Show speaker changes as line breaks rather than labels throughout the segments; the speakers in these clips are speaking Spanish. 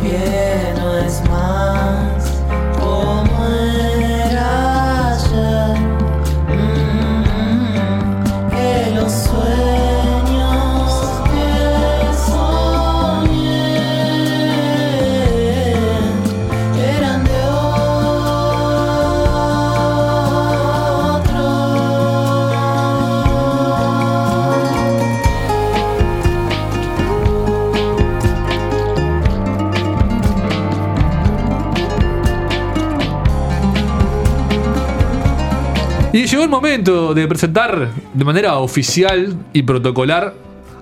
pie no es más como era ayer. Mm, que los sueños que soñé eran de otro.
Y llegó el momento de presentar de manera oficial y protocolar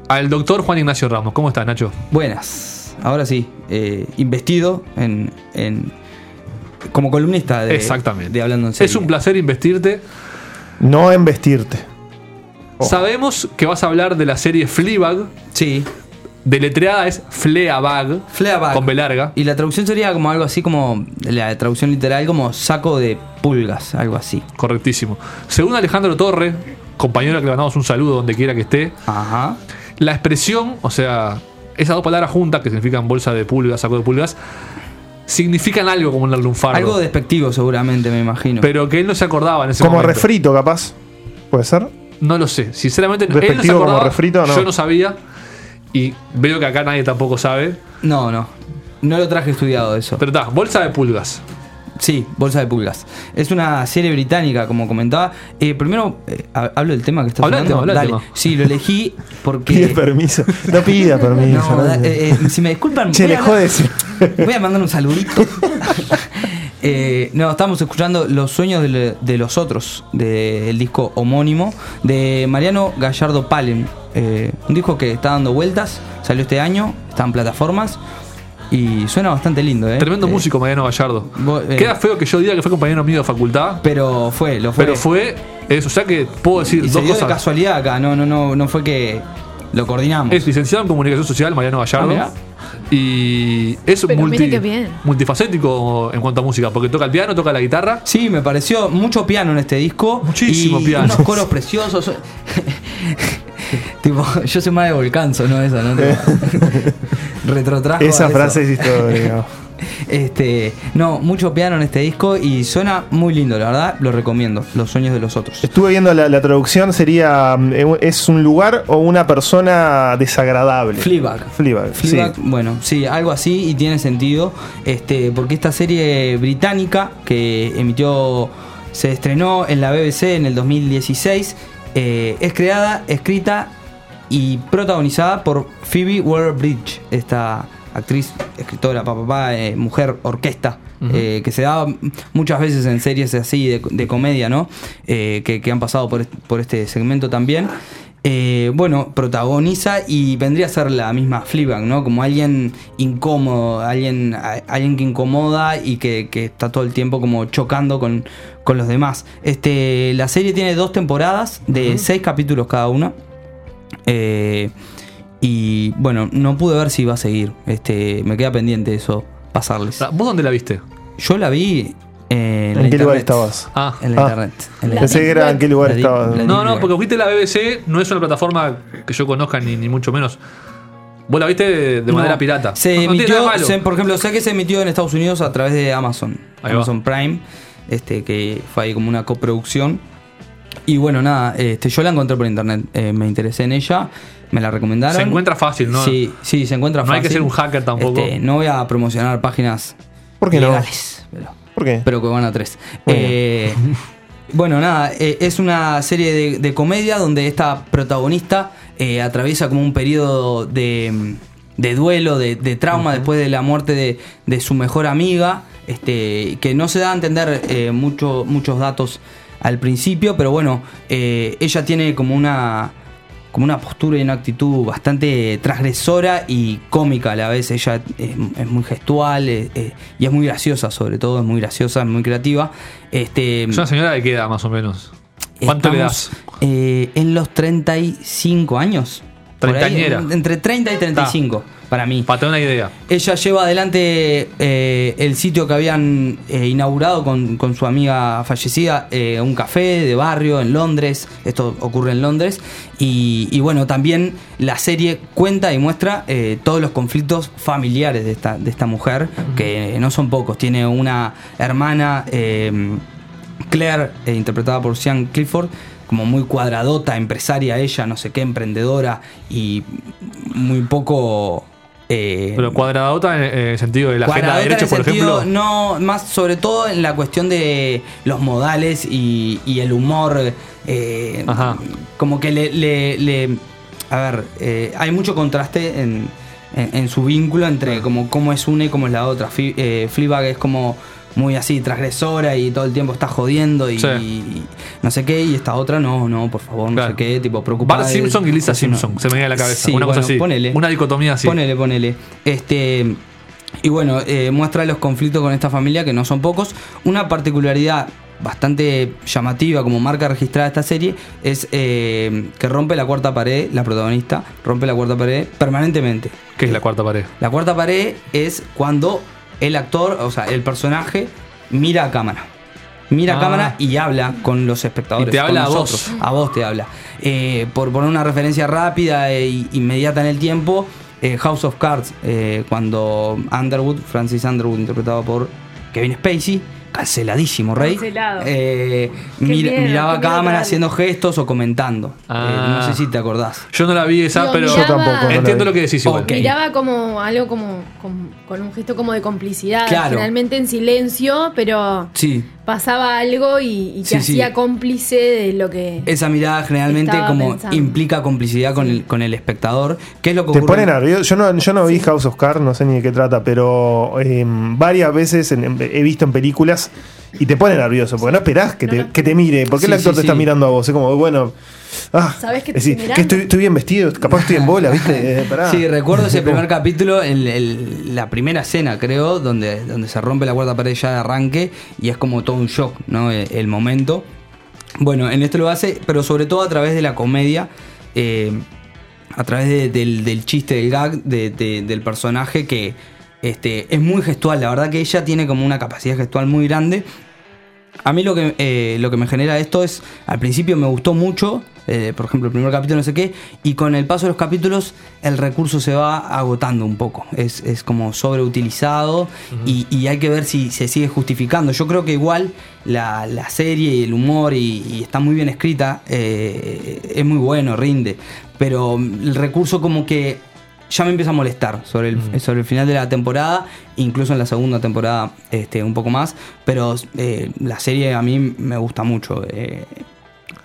al doctor Juan Ignacio Ramos. ¿Cómo estás, Nacho?
Buenas. Ahora sí, eh, investido en, en- como columnista de,
Exactamente.
de Hablando en
es
Serie.
un placer investirte.
No en vestirte.
Sabemos que vas a hablar de la serie Fleabag.
Sí.
Deletreada es Fleabag.
Fleabag.
Con B larga.
Y la traducción sería como algo así como, la traducción literal como saco de pulgas, algo así.
Correctísimo. Según Alejandro Torre, compañero que le mandamos un saludo donde quiera que esté,
Ajá.
la expresión, o sea, esas dos palabras juntas que significan bolsa de pulgas, saco de pulgas, significan algo como un lunfardo.
Algo despectivo seguramente, me imagino.
Pero que él no se acordaba en ese
Como
momento.
refrito, capaz. ¿Puede ser?
No lo sé. Sinceramente, no- él no se
Despectivo como
acordaba,
refrito, ¿o no?
yo no sabía. Y veo que acá nadie tampoco sabe.
No, no. No lo traje estudiado eso.
Pero está, bolsa de pulgas.
Sí, Bolsa de Pulgas. Es una serie británica, como comentaba. Eh, primero, eh, ha- hablo del tema que está
Habla del
sonando.
tema, habla del
Dale.
tema.
Sí, lo elegí
Pide
porque...
permiso. No pida permiso.
No,
no
da-
pida-
eh, eh, si me disculpan...
Che,
voy a
le
hablar-
jodes.
Voy a mandar un saludito. Eh, no, estamos escuchando Los sueños de, lo- de los otros, del disco homónimo de Mariano Gallardo Palen. Eh, un disco que está dando vueltas, salió este año, está en plataformas y suena bastante lindo, ¿eh?
Tremendo
Eh,
músico, Mariano Gallardo.
vos, eh,
Queda feo que yo diga que fue compañero mío de facultad.
Pero fue, lo fue.
Pero fue eso. O sea que puedo
Y
decir
se
dos
dio de
cosas.
casualidad acá, no, no, no, no fue que lo coordinamos.
Es licenciado en comunicación social, Mariano
Ah,
Gallardo.
mirá.
y es
Pero
multi-
mire qué bien.
multifacético en cuanto a música, porque toca el piano, toca la guitarra.
Sí, me pareció mucho piano en este disco.
Muchísimo
y
piano.
Unos coros preciosos. tipo, yo soy más de Volcanzo, ¿no? Esa, ¿no? Retrotrajo. a
Esa
eso.
frase es histórica.
Este, no, mucho piano en este disco y suena muy lindo, la verdad, lo recomiendo. Los sueños de los otros.
Estuve viendo la, la traducción, sería. mm, ¿Es un lugar o una persona desagradable?
Fleabag.
Fleabag,
Fleabag,
sí.
bueno, sí, algo así y tiene sentido, este, porque esta serie británica que emitió, se estrenó en la BBC en el 2016, eh, es creada, escrita y protagonizada por Phoebe Waller-Bridge, esta actriz, escritora, papá, eh, mujer orquesta, eh, que se da muchas veces en series así de, de comedia, ¿no? Eh, que, que han pasado por, est- por este segmento también. Eh, bueno, protagoniza y vendría a ser la misma Fleabag, ¿no? Como alguien incómodo, alguien, a- alguien que incomoda y que, que está todo el tiempo como chocando con, con los demás. Este, la serie tiene dos temporadas de seis capítulos cada una. Eh, y bueno, no pude ver si va a seguir. Este, me queda pendiente eso, pasarles.
¿Vos dónde la viste?
Yo la vi en, la
¿En qué
internet.
lugar estabas?
Ah.
En la
Ah.
internet. en la
Pensé
internet.
que era en qué lugar
La di-
estabas.
la di-
No, no, porque viste la BBC, no es una plataforma que yo conozca ni, ni mucho menos. Vos la viste de, de
No,
manera pirata.
Se
No- no tiene
emitió,
nada malo.
se- por ejemplo, sé que se emitió en Estados Unidos a través de Amazon.
Ahí va.
Amazon Prime, este, que fue ahí como una coproducción. Y bueno, nada, este, yo la encontré por internet. eh, me interesé en ella, me la recomendaron.
Se encuentra fácil, ¿no?
Sí, sí, se encuentra
No hay
fácil.
que ser un hacker tampoco.
Este, no voy a promocionar páginas
¿Por qué no?
legales, pero-
¿Por qué?
pero que van a tres.
Bueno.
Eh, bueno, nada, eh, es una serie de, de comedia donde esta protagonista eh, atraviesa como un periodo de, de duelo, de, de trauma después de la muerte de, de su mejor amiga, este, que no se da a entender eh, mucho, muchos datos al principio, pero bueno, eh, ella tiene como una como una postura y una actitud bastante transgresora y cómica a la vez. Ella es, es muy gestual eh, eh, y es muy graciosa, sobre todo, es muy graciosa, es muy creativa. Este,
Es una señora de qué edad, más o menos. ¿Cuánto le das?
estamos, eh, en los 35 años. Por ahí,
Treintañera.
en- entre 30 y 35.
Está.
para mí.
Para tener una idea.
Ella lleva adelante eh, el sitio que habían eh, inaugurado con, con su amiga fallecida, eh, un café de barrio en Londres, esto ocurre en Londres, y, y bueno, también la serie cuenta y muestra eh, todos los conflictos familiares de esta, de esta mujer, que no son pocos, tiene una hermana... eh, Claire, eh, interpretada por Sean Clifford, como muy cuadradota, empresaria ella, no sé qué, emprendedora y muy poco... eh,
Pero cuadradota en, en el sentido de la agenda
cuadradota
de
en el
derechos, por
sentido,
ejemplo.
No, más sobre todo en la cuestión de los modales y, y el humor. eh,
Ajá.
Como que le... le- le- a ver, eh, hay mucho contraste en, en- en su vínculo entre como cómo es una y cómo es la otra. Fi- eh, Fleabag es como muy así, transgresora y todo el tiempo está jodiendo y,
Sí.
y no sé qué. Y esta otra, no, no, por favor, no
Claro.
sé qué, tipo preocupada.
Bart
de-
Simpson y Lisa
de-
Simpson, se me viene a la cabeza.
Sí,
una cosa
bueno,
así.
ponele.
Una dicotomía así.
Ponele, ponele. Este. Y bueno, eh, muestra los conflictos con esta familia, que no son pocos. Una particularidad bastante llamativa como marca registrada de esta serie es eh, que rompe la cuarta pared, la protagonista rompe la cuarta pared permanentemente.
¿Qué es la cuarta pared?
La cuarta pared es cuando el actor, o sea, el personaje, mira a cámara. Mira a
Ah.
cámara y habla con los espectadores.
Y te
con
habla a vos.
nosotros. A vos te habla. Eh, por poner una referencia rápida e inmediata en el tiempo, eh, House of Cards, eh, cuando Underwood, Francis Underwood, interpretado por Kevin Spacey, canceladísimo, Rey.
Cancelado.
eh,
Qué
mira-
miedo,
miraba a
qué miedo
cámara
grande.
haciendo gestos o comentando. Eh,
Ah.
no sé si te acordás.
Yo no la vi esa,
Yo
pero
miraba- Yo tampoco, no
la
entiendo
vi.
lo que decís igual.
Ok.
Miraba como algo como, como- con un gesto como de complicidad,
Claro.
generalmente en silencio, pero
Sí,
pasaba algo y, y
Sí,
te
sí.
hacía cómplice de lo que...
Esa mirada generalmente
Estaba
como
pensando.
implica complicidad con el, con el espectador. ¿Qué es lo que
Te
ocurre?
pone nervioso. Yo no, yo no vi House of Cards, no sé ni de qué trata, pero em, varias veces en- en- he visto en películas y te pone nervioso, porque no esperás que, te, que te mire. ¿Por qué el
Sí,
actor
sí,
te está
sí.
mirando a vos? Es como, bueno. Ah,
Sabés que te
decís,
estoy mirando.
que estoy, estoy bien vestido, capaz estoy en bola, ¿viste? Eh, pará.
Sí, recuerdo ese primer capítulo, el- el- la primera escena, creo, donde, donde se rompe la cuarta pared ya de arranque y es como todo un shock, ¿no? El, el momento. Bueno, en esto lo hace, pero sobre todo a través de la comedia, eh, a través de- del, del chiste, del gag, de- de- del personaje que este, es muy gestual. La verdad que ella tiene como una capacidad gestual muy grande. A mí lo que, eh, lo que me genera esto es, al principio me gustó mucho, eh, por ejemplo, el primer capítulo, no sé qué, y con el paso de los capítulos el recurso se va agotando un poco, es, es como sobreutilizado y, y hay que ver si se sigue justificando. Yo creo que igual la, la serie y el humor y, y está muy bien escrita, eh, es muy bueno, rinde, pero mm, el recurso como que ya me empieza a molestar sobre el,
Mm.
sobre el final de la temporada, incluso en la segunda temporada este, un poco más, pero eh, la serie a mí me gusta mucho. eh,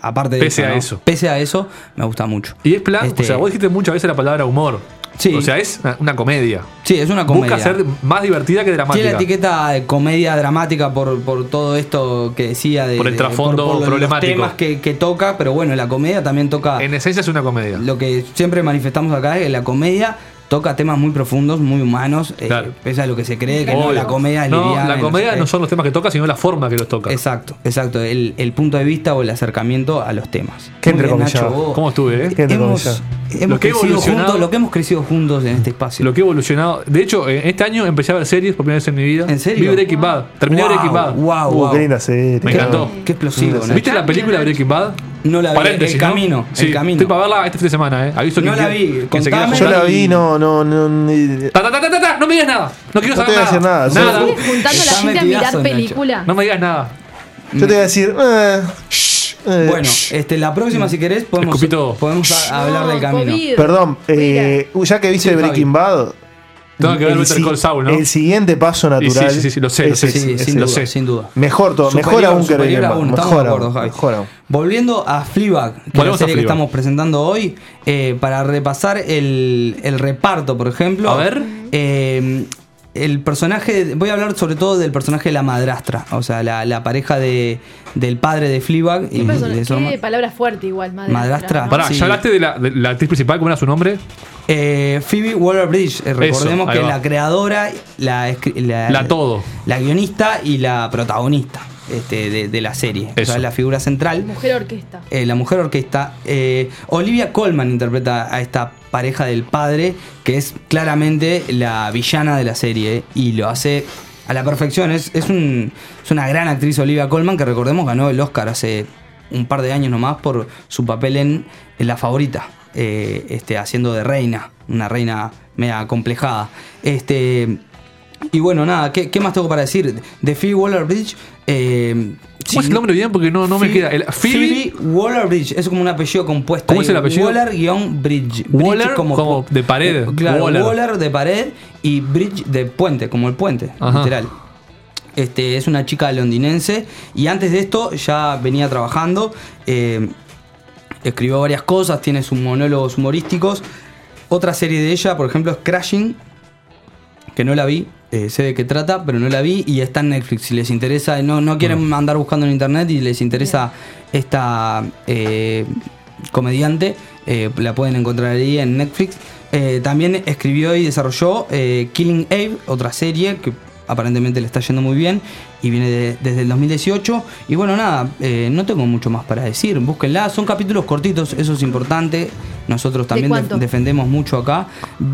aparte de
Pese a
¿no?
eso.
Pese a eso, me gusta mucho.
Y es plan,
Este,
o sea, vos dijiste muchas veces la palabra humor.
Sí.
O sea, es una- una comedia.
Sí, es una comedia.
Busca ser más divertida que dramática.
Tiene la etiqueta de comedia dramática por, por todo esto que decía de
Por el
de-
trasfondo
los
problemático.
temas que, que toca, pero bueno, la comedia también toca
En esencia es una comedia.
Ah. lo que siempre manifestamos acá es que la comedia toca temas muy profundos, muy humanos, eh,
Claro.
pese a lo que se cree que no,
Obvio.
la comedia es
No,
liviana y
la
sé
comedia
qué.
no son los temas que toca, sino la forma que los toca.
Exacto, exacto, el, el punto de vista o el acercamiento a los temas.
Qué
Muy bien,
entrecomillado.
vos-
¿Cómo estuve, eh?
Qué entrecomillado.
Hemos, hemos
Lo que he
crecido
evolucionado-
juntos, lo que hemos crecido juntos en este espacio.
Lo que he evolucionado. De hecho, eh, este año empecé a ver series por primera vez en mi vida.
¿En serio?
Vi Breaking Bad. Terminé
wow,
Breaking Bad.
Wow,
Uh,
wow.
qué linda serie.
Ah, Me encantó. Mm.
Qué explosivo, ¿no?
¿Viste la película Breaking Bad?
No la vi,
Paréntesis,
El
¿no?
Camino, El
Sí,
Camino.
Estoy para verla este fin de semana, ¿eh? Aviso
No
que
la
quien-
vi,
quien se quiera
contame.
Yo
juntar.
la vi, no, no, no. ni-
Ta, ta, ta, ta, ta, ta, no me digas nada. No quiero
No te
saber
voy a
nada.
decir nada,
Nada.
sí.
Juntando a la
Está
gente a
metidazo,
mirar
Nacho.
película.
No me digas nada.
Yo te voy a decir. eh, eh,
Bueno, este, la próxima, si querés, podemos,
Escupí todo.
podemos a- hablar
No,
del camino.
COVID.
Perdón, eh, ya que viste
Sí,
Breaking Bad.
Tengo que ver
el
Better
si-
Call Saul, ¿no?
El siguiente paso
Y
natural.
Sí, sí, sí, sí, lo sé, lo
es
sé.
ese,
Sí,
ese.
sin duda,
sé.
sin duda.
Mejor, to-
Superior-
mejor aún que
superior
Breaking Bad.
aún, estamos
Mejor
de acuerdo,
aún,
Javi.
mejor aún.
Volviendo a Fleabag, que es la
Volvemos a
serie que
Fleabag.
estamos presentando hoy, eh, para repasar el, el reparto, por ejemplo.
A ver.
Eh, el personaje, voy a hablar sobre todo del personaje de la madrastra, o sea, la, la pareja de, del padre de Fleabag.
Qué,
y
persona-
de su
qué
ama-
palabra fuerte igual, madrastra.
Madrastra.
¿no?
Pará,
Ah, Sí.
ya hablaste de la, de la actriz principal, ¿cómo era su nombre?
Eh, Phoebe Waller-Bridge, eh, recordemos
ahí
que es
va.
la creadora, la, escri-
La todo.
la guionista y la protagonista este, de, de la serie. O
Eso.
sea, es la figura central.
Mujer orquesta.
Eh, la mujer orquesta. eh, Olivia Colman interpreta a esta pareja del padre, que es claramente la villana de la serie y lo hace a la perfección. Es, es, un- es una gran actriz Olivia Colman que recordemos ganó el Oscar hace un par de años nomás por su papel en, en La Favorita, eh, este, haciendo de reina, una reina media complejada. Este, y bueno, nada, ¿qué, qué más tengo para decir? De Phoebe Waller-Bridge... eh,
¿Cómo es
si-
el nombre bien? Porque no, no me
Phoebe-
queda. El-
Phoebe
Phoebe
Waller Bridge. Es como un apellido compuesto.
¿Cómo
ahí.
es el apellido?
Waller guión Bridge. Bridge
Waller como de pared,
Eh, Claro,
Waller.
Waller. de pared y Bridge de puente, como el puente,
Ajá.
literal. Este, es una chica londinense y antes de esto ya venía trabajando. eh, escribió varias cosas, tiene sus monólogos humorísticos. Otra serie de ella, por ejemplo, es Crashing, que no la vi. eh, sé de qué trata, pero no la vi y está en Netflix. Si les interesa, no, no quieren andar buscando en internet y les interesa esta eh, comediante, eh, la pueden encontrar ahí en Netflix. Eh, también escribió y desarrolló eh, Killing Eve, otra serie que aparentemente le está yendo muy bien y viene de- desde el 2018. Y bueno, nada, eh, no tengo mucho más para decir. Búsquenla, son capítulos cortitos, eso es importante. Nosotros también def-
cuánto?
defendemos mucho acá.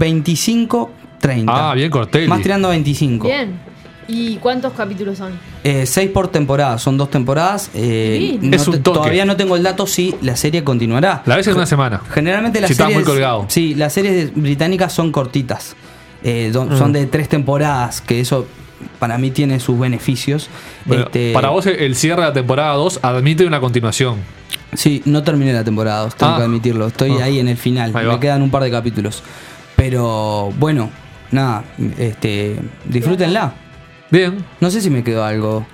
25, 30.
Ah, bien Cortelli.
Más tirando a 25.
Bien. ¿Y cuántos capítulos son?
6 Eh, por temporada, son dos temporadas. eh,
Bien.
no
Es un
te-
toque.
Todavía no tengo el dato si la serie continuará.
La ves en una semana.
Generalmente las
Si estás
series.
muy colgado.
Sí, las series británicas son cortitas. Eh, don- Son
Mm.
de tres temporadas, que eso para mí tiene sus beneficios.
Bueno,
Este,
Para vos, el- el cierre de la temporada 2 admite una continuación.
Sí, no terminé la temporada, dos, tengo
Ah.
que admitirlo. Estoy
Ah.
ahí en el final.
Ahí
Me
va.
quedan un par de capítulos. Pero bueno, nada, este, disfrútenla.
Bien.
No sé si me quedó algo.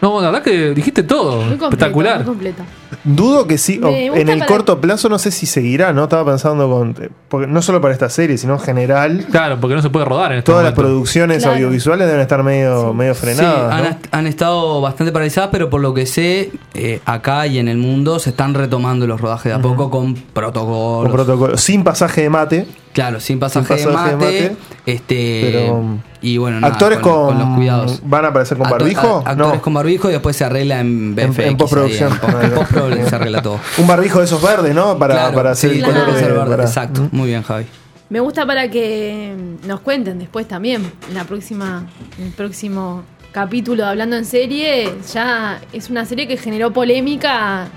No, la verdad que dijiste todo.
Muy completa,
Espectacular.
Muy completa.
Dudo que sí, o
Me gusta
en el
para-
corto plazo no sé si seguirá, ¿no? Estaba pensando con. Porque no solo para esta serie, sino en general.
Este
Claro, porque no se puede rodar en este
Todas las
momento.
producciones
Claro.
audiovisuales deben estar medio, medio frenadas.
Sí,
¿no?
han, han estado bastante paralizadas, pero por lo que sé, eh, acá y en el mundo se están retomando los rodajes de a poco con protocolos.
Con protocolo. Sin pasaje de mate.
claro, sin pasaje,
Sin pasaje
de,
de
mate,
mate,
este
pero, um,
y bueno, nada,
actores
con,
con,
con los cuidados.
¿Van a aparecer con
Acto-
barbijo?
a- actores
no.
con barbijo y después se arregla en
en
BFX. ahí,
postproducción.
en post- en postproducción se arregla todo.
Un barbijo de esos verdes, ¿no? Para,
Claro,
para hacer
sí,
el
para
color de,
hacer verde,
para- ¿Mm?
Exacto, muy bien, Javi.
Me gusta para que mm, nos cuenten después también. En la próxima, en el próximo capítulo de Hablando en Serie, ya es una serie que generó polémica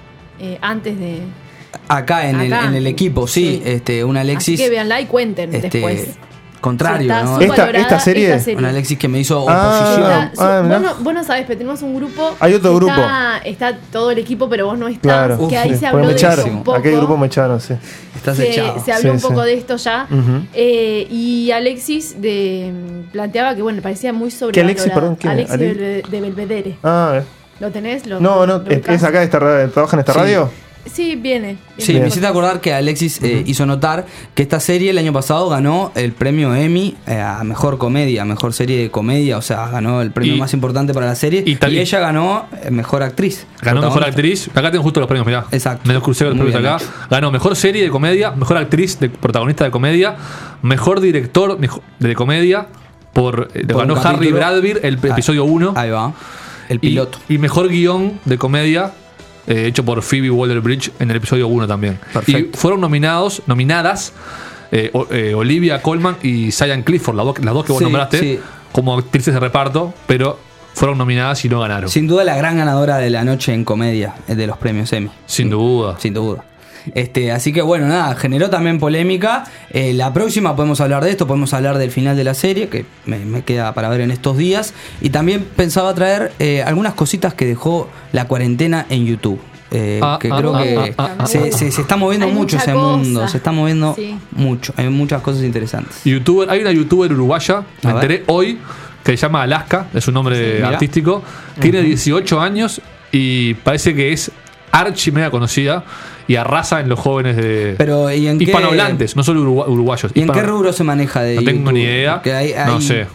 eh, antes de.
Acá en, El,
Acá.
en el equipo, sí,
Sí.
este, un Alexis.
Así que véanla y cuenten
este,
después.
Contrario,
Está
¿no?
subvalorada
Esta- esta serie-
Un Alexis que me hizo
Ah,
oposición.
Está- su-
ah, mirá.
vos, no, vos no sabés, pero tenemos un grupo.
Hay otro
que está- Está todo el equipo, pero vos no estás.
Claro.
Que ahí
Sí,
se
porque
habló
me
de eso
echaron.
un poco.
Aquel grupo me echaron, sí.
Estás
se,
echado.
se habló
Sí,
un poco
sí.
de esto ya.
Ujú.
Eh, y Alexis de, planteaba que, bueno, parecía muy sobre
Alexis, perdón? ¿Quién?
Alexis
Ale-
de, de Belvedere.
Ah,
¿Lo tenés? ¿Lo-
no, no.
lo
¿Es,
ubicás?
es acá? Esta, ra- ¿Trabaja en esta
Sí.
radio?
Sí, viene.
Sí,
viene.
me hiciste acordar que Alexis eh, hizo notar que esta serie el año pasado ganó el premio Emmy eh, a mejor comedia, mejor serie de comedia, o sea, ganó el premio
Y-
más importante para la serie
y
y,
tal-
ella ganó eh, mejor actriz.
Ganó mejor
protagonista.
actriz. Acá tengo justo los premios, mirá.
Exacto.
Me los crucé los
Muy
premios
bien
acá. Ganó mejor serie de comedia, mejor actriz de protagonista de comedia, mejor director mejo- de comedia. Por, eh,
Por un
ganó Harry
capítulo.
Bradbeer, el
Ah,
episodio 1.
Ahí va. El
Y-
piloto.
Y, mejor guión de comedia eh, hecho por Phoebe Waller-Bridge en el episodio 1 también.
Perfecto.
Y fueron nominados, nominadas eh, o- eh, Olivia Colman y Cyan Clifford, las dos, las dos que vos
Sí,
nombraste,
sí.
como actrices de reparto, pero fueron nominadas y no ganaron. Sin,
Sin duda la gran ganadora de la noche en comedia eh, de los premios Emmy.
duda.
Sin duda. Este, así que bueno, nada, generó también polémica. Eh, la próxima podemos hablar de esto, podemos hablar del final de la serie, que me, me queda para ver en estos días. Y también pensaba traer eh, algunas cositas que dejó la cuarentena en YouTube. eh,
Ah,
que
ah,
creo
ah,
que
ah, ah,
se,
ah.
se- se está moviendo
Hay
mucho
mucha
ese
cosa.
mundo, se está moviendo
Sí.
mucho, hay muchas cosas interesantes.
YouTuber, hay una youtuber uruguaya, me
A ver.
enteré hoy, que se llama Alaska, es su nombre
mirá.
artístico. Tiene 18 años y parece que es archi mega conocida y arrasa en los jóvenes de
Pero, ¿y en qué-
hispanohablantes, no solo urugua- uruguayos.
¿Y en qué
hispano-
rubro se maneja de
No tengo
YouTube?
ni idea.
Porque hay-
no
hay-
sé.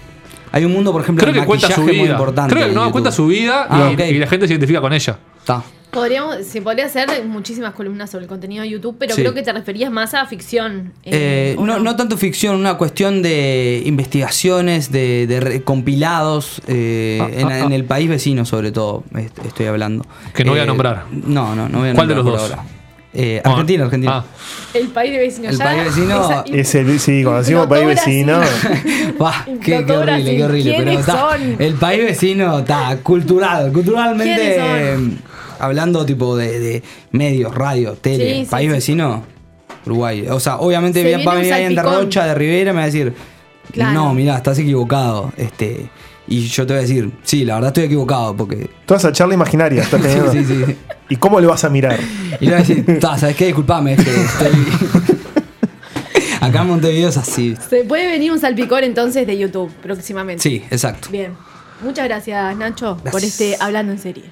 Hay un mundo, por ejemplo,
Creo
de
que cuenta su
maquillaje muy
vida.
importante.
Creo que
en
no
YouTube.
cuenta su vida y,
Ah, ok.
y la gente se identifica con ella.
Está.
Podríamos, se podría hacer muchísimas columnas sobre el contenido de YouTube, pero
Sí.
creo que te referías más a ficción.
Eh,
¿o
no, no tanto ficción, una cuestión de investigaciones, de, de re- compilados eh,
Ah,
en,
ah,
en
ah.
el país vecino sobre todo, est- estoy hablando.
Que no voy a
Eh,
nombrar.
No, no, no voy a nombrar.
¿Cuál de los
por
dos?
ahora. Eh, Argentina,
Ah.
Argentina.
Ah.
El país de vecino.
El
ya-
país vecino-
esa-
Es el, sí, cuando decimos
Explotó
país vecino.
Brasil.
Bah, qué- qué,
Explotó
horrible,
Brasil.
qué horrible. Pero
¿Quiénes
está,
son?
el país vecino está cultural, culturalmente.
¿Quiénes son?
eh, hablando tipo de, de medios, radio, tele,
Sí, sí,
país
sí.
vecino, Uruguay. O sea, obviamente
Se
bien- va a
viene un
venir alguien de
salpicón.
Rocha, de Rivera, y me va a decir,
Claro.
no, mirá, estás equivocado. Este, y yo te voy a decir, sí, la verdad estoy equivocado, porque.
Toda esa charla imaginaria estás
Sí,
teniendo.
sí, sí.
¿Y cómo le vas a mirar?
Y le voy a decir, "Ta, ¿sabes qué? Disculpame, este, estoy. Acá en Montevideo es así.
Se puede venir un salpicón entonces de YouTube próximamente.
Sí, exacto.
Bien. Muchas gracias, Nacho, por
Gracias.
este Hablando en Serie.